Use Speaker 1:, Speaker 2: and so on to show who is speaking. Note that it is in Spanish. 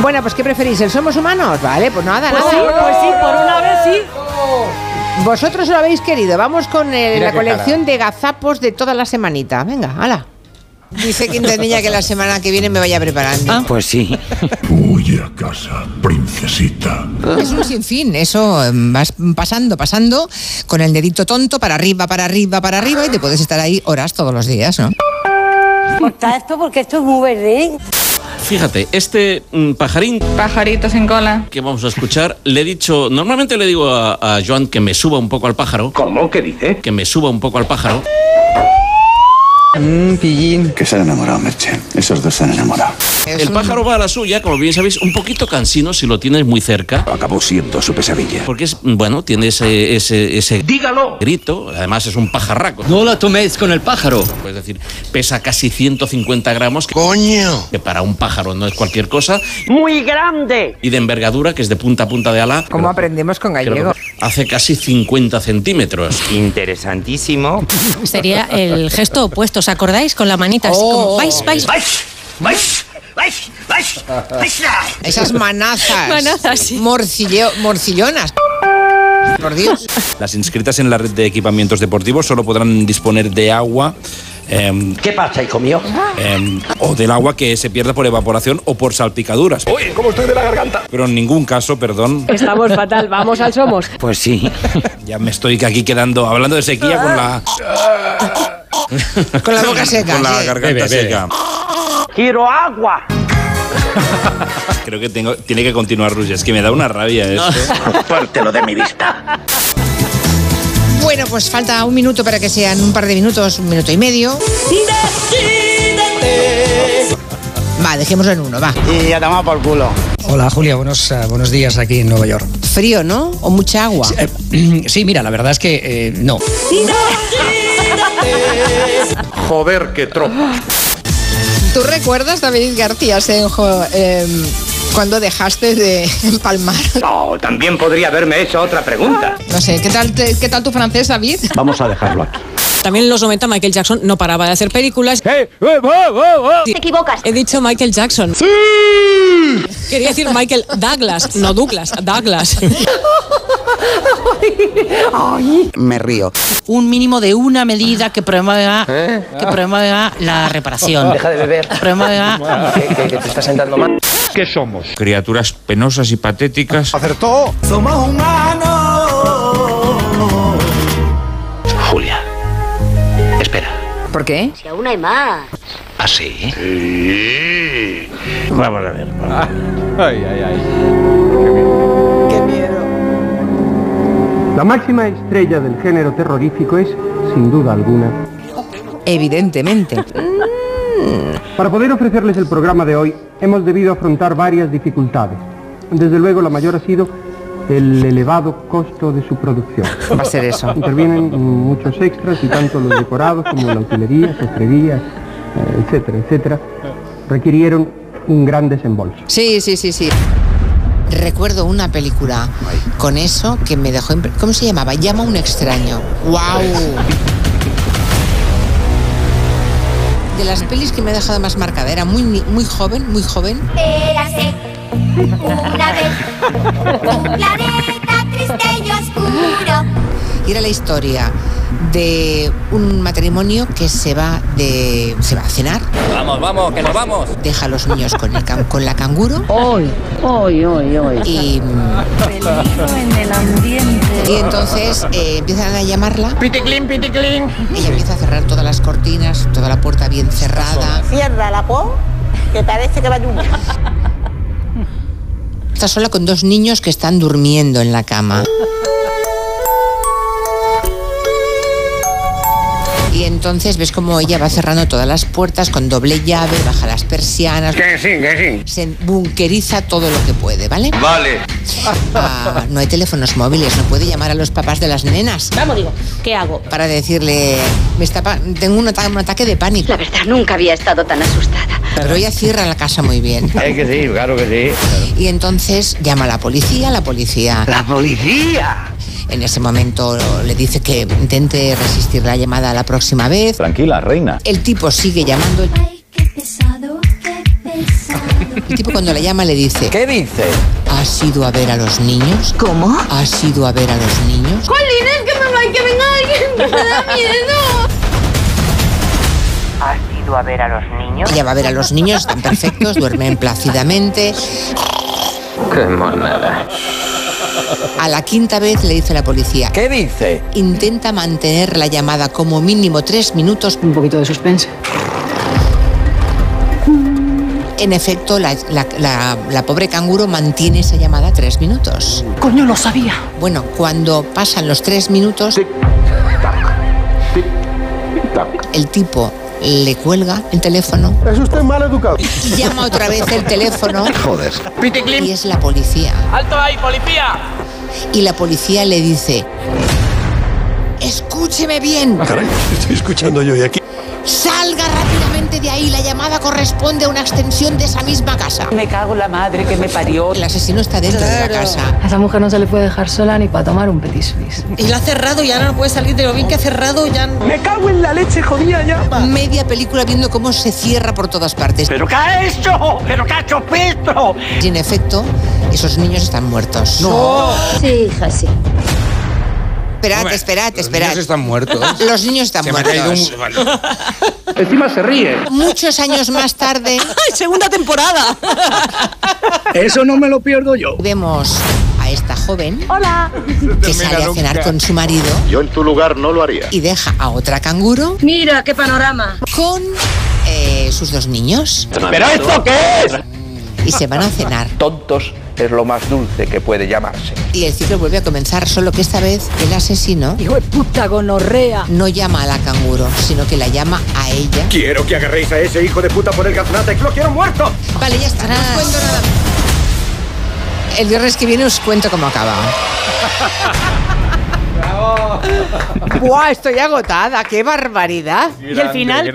Speaker 1: Bueno, pues ¿qué preferís? ¿El somos humanos? Vale, pues nada,
Speaker 2: Pues
Speaker 1: nada.
Speaker 2: sí, pues sí, por una vez sí.
Speaker 3: pues-
Speaker 1: Vosotros lo habéis querido. Vamos con eh,
Speaker 4: Mira
Speaker 1: la
Speaker 4: qué
Speaker 1: colección de gazapos de toda la semanita. Venga, hala.
Speaker 5: Dice Quintanilla que la semana que viene me vaya preparando.
Speaker 3: Ah.
Speaker 4: Pues sí.
Speaker 6: Huye a casa, princesita.
Speaker 5: Es un sinfín, eso em, vas pasando, pasando, con el dedito tonto para arriba, para arriba, para arriba y te puedes estar ahí horas todos los días, ¿no?
Speaker 2: Corta esto porque esto es muy verde.
Speaker 3: Fíjate, este mm, pajarín
Speaker 7: Pajaritos en cola.
Speaker 3: que vamos a escuchar, le he dicho, normalmente le digo a, a Joan que me suba un poco al pájaro. ¿Cómo? ¿Qué dice? Que me suba un poco al pájaro.
Speaker 8: Que se han enamorado, Merche. Esos dos se han enamorado.
Speaker 5: Es
Speaker 3: El
Speaker 5: un-
Speaker 3: pájaro va a la suya, como bien sabéis, un poquito cansino si lo tienes muy cerca.
Speaker 8: Acabó siendo su pesadilla.
Speaker 3: Porque es, mm, bueno, tiene ese, ese, ese ¡Dígalo! grito, además es un pajarraco. pues,
Speaker 9: No la toméis con el pájaro.
Speaker 3: Es decir, pesa casi 150 gramos, que,
Speaker 8: ¡Coño!
Speaker 3: que para un pájaro no es cualquier cosa,
Speaker 2: Muy grande.
Speaker 3: y de envergadura, que es de punta a punta de ala.
Speaker 1: ¿Cómo
Speaker 3: creo-
Speaker 1: aprendemos con
Speaker 3: creo que
Speaker 1: gallego?
Speaker 3: Hace casi 50 centímetros.
Speaker 10: Interesantísimo.
Speaker 2: Sería el gesto opuesto, ¿os acordáis? Con la manita así como vais, vais,
Speaker 5: Esas manazas.
Speaker 2: Manazas, sí.
Speaker 5: Morcillo- morcillonas. Por Dios.
Speaker 4: Las inscritas en la red de equipamientos deportivos solo podrán disponer de agua. em,
Speaker 10: ¿Qué pasa, hijo mío?
Speaker 4: em, o del agua que se pierda por evaporación o por salpicaduras. ¡Uy! ¿Cómo estoy de la garganta? Pero en ningún caso, perdón.
Speaker 2: Estamos fatal, vamos al somos.
Speaker 4: Pues sí. Ya me estoy aquí quedando hablando de sequía con la,
Speaker 5: Con la boca seca.
Speaker 4: con la
Speaker 5: sí.
Speaker 4: garganta
Speaker 9: Bebe, bebe.
Speaker 4: seca.
Speaker 10: Quiero agua.
Speaker 4: Creo que tengo, tiene que continuar, Rusia. Es que me da una rabia esto.
Speaker 8: Pártelo de mi vista.
Speaker 5: Bueno, pues falta un minuto para que sean un par de minutos, un minuto y medio. Va, dejémoslo en uno, va.
Speaker 10: Y ya te por culo.
Speaker 9: Hola Julia, buenos, eh, buenos días aquí en Nueva York.
Speaker 5: Frío, ¿no? O mucha agua.
Speaker 9: Eh, sí, mira, la verdad es que eh, no.
Speaker 6: Joder, qué tropa.
Speaker 5: ¿Tú recuerdas, David García Senjo, em, cuando dejaste de empalmar?
Speaker 10: No, también podría haberme hecho otra pregunta.
Speaker 5: No sé, ¿qué tal, te- ¿qué tal tu francés, David?
Speaker 10: Vamos a dejarlo aquí.
Speaker 2: También en los 90 Michael Jackson no paraba de hacer películas.
Speaker 7: Te equivocas.
Speaker 2: He dicho Michael Jackson. Quería decir Michael Douglas, no Douglas, Douglas.
Speaker 10: Me río.
Speaker 2: Un mínimo de una medida que promueva, que promueva la reparación.
Speaker 10: ¿Eh? Deja de beber.
Speaker 2: Promueva
Speaker 10: Que, que- que te estás sentando mal.
Speaker 6: ¿Qué somos?
Speaker 4: Criaturas penosas y patéticas.
Speaker 6: ¿Acertó?
Speaker 10: Julia. Espera.
Speaker 1: ¿Por qué?
Speaker 7: Si aún hay más.
Speaker 11: Ah,
Speaker 10: ¿Así? Vamos a ver.
Speaker 8: La máxima estrella del género terrorífico es, sin duda alguna,
Speaker 1: Evidentemente.
Speaker 8: Para poder ofrecerles el programa de hoy, hemos debido afrontar varias dificultades. Desde luego, la mayor ha sido el elevado costo de su producción.
Speaker 1: Va a ser eso.
Speaker 8: Intervienen muchos extras, y tanto los decorados como la utilería, sastrerías, eh, etcétera, etcétera, requirieron un gran desembolso.
Speaker 1: Sí, sí, sí, sí.
Speaker 5: Recuerdo una película con eso que me dejó... impre- ¿Cómo se llamaba? Llama a un extraño. ¡Wow! De las pelis que me ha dejado más marcada. Era muy, ni- muy joven, muy joven.
Speaker 7: Érase una vez un planeta triste y oscuro.
Speaker 5: Y era la historia de un matrimonio que se va de se va a cenar. Vamos, vamos, que nos vamos. Deja a los niños con el can- con la canguro
Speaker 2: Hoy, hoy, hoy, hoy.
Speaker 5: y mm,
Speaker 7: En el ambiente.
Speaker 5: y entonces eh, empiezan a llamarla. Piticlin, piticlin. Ella empieza a cerrar todas las cortinas, toda la puerta bien cerrada.
Speaker 2: Cierra la po, que parece que va a
Speaker 5: Está sola con dos niños que están durmiendo en la cama. Y entonces ves como ella va cerrando todas las puertas con doble llave, baja las persianas. Se bunkeriza todo lo que puede, ¿vale? Vale. no hay teléfonos móviles, no puede llamar a los papás de las nenas
Speaker 2: Vamos, digo, ¿qué hago?
Speaker 5: para decirle, me está pa- tengo un ata- un ataque de pánico.
Speaker 7: La verdad, nunca había estado tan asustada.
Speaker 5: Pero ella cierra la casa muy bien.
Speaker 10: Es que sí, claro que sí.
Speaker 5: Y entonces llama a la policía, la policía
Speaker 10: ¡La policía!
Speaker 5: En ese momento le dice que intente resistir la llamada la próxima vez.
Speaker 8: Tranquila, reina.
Speaker 5: El tipo sigue llamando
Speaker 7: Ay, qué pesado, qué pesado.
Speaker 5: El tipo cuando la llama le dice... ¿Qué dice? ¿Has ido a ver a los niños? ¿Cómo? ¿Has ido a ver a los niños?
Speaker 7: Jolín, es que me va que venga alguien, me da miedo.
Speaker 5: ¿Has ido a ver a los niños? Ella va a ver a los niños, están perfectos, duermen plácidamente.
Speaker 10: Qué monada.
Speaker 5: A la quinta vez le dice la policía. ¿Qué dice? Intenta mantener la llamada como mínimo tres minutos. Un poquito de suspense. En efecto, la, la- la- la pobre canguro mantiene esa llamada tres minutos. Coño, lo sabía. Bueno, cuando pasan los tres minutos, el tipo le cuelga el teléfono. Es usted mal educado. Y llama otra vez el teléfono. Joder. Y es la policía.
Speaker 12: ¡Alto ahí, policía!
Speaker 5: Y la policía le dice, escúcheme bien,
Speaker 6: estoy escuchando yo y aquí.
Speaker 5: salga rápidamente de ahí, la llamada corresponde a una extensión de esa misma casa. Me cago en la madre que me parió. El asesino está dentro de la casa.
Speaker 13: A esa mujer no se le puede dejar sola ni para tomar un petit suisse.
Speaker 11: Y la ha cerrado y ahora no puede salir de lo bien que ha cerrado ya. Me cago en la leche, jodida ya.
Speaker 5: Media película viendo cómo se cierra por todas partes. ¿Pero
Speaker 11: qué ha hecho? ¿Pero qué ha hecho Petro?
Speaker 5: Y en efecto, esos niños están muertos.
Speaker 7: Sí, hija, sí.
Speaker 5: Esperad, esperad, esperad.
Speaker 14: niños están muertos.
Speaker 5: Los niños están
Speaker 14: Se me ha
Speaker 5: muertos.
Speaker 14: caído un- bueno. Encima se ríe.
Speaker 5: Muchos años más tarde.
Speaker 11: segunda temporada!
Speaker 5: Eso no me lo pierdo yo. Vemos a esta joven. Hola. Que sale a cenar con su marido
Speaker 6: Yo en tu lugar no lo haría.
Speaker 5: y deja a otra canguro
Speaker 7: Mira, qué panorama.
Speaker 5: Con. eh, sus dos niños.
Speaker 10: ¿Pero esto qué es?
Speaker 5: Y se van a cenar.
Speaker 10: Tontos es lo más dulce que puede llamarse.
Speaker 5: Y el ciclo vuelve a comenzar, solo que esta vez el asesino. Hijo de puta gonorrea. No llama a la canguro, sino que la llama a ella.
Speaker 6: Quiero que agarréis a ese hijo de puta por el gaznate, que lo quiero muerto.
Speaker 5: Vale, ya está. No os cuento nada. El viernes que viene os cuento cómo acaba.
Speaker 1: ¡Buah, estoy agotada! ¡Qué barbaridad!
Speaker 13: ¿Y el final qué?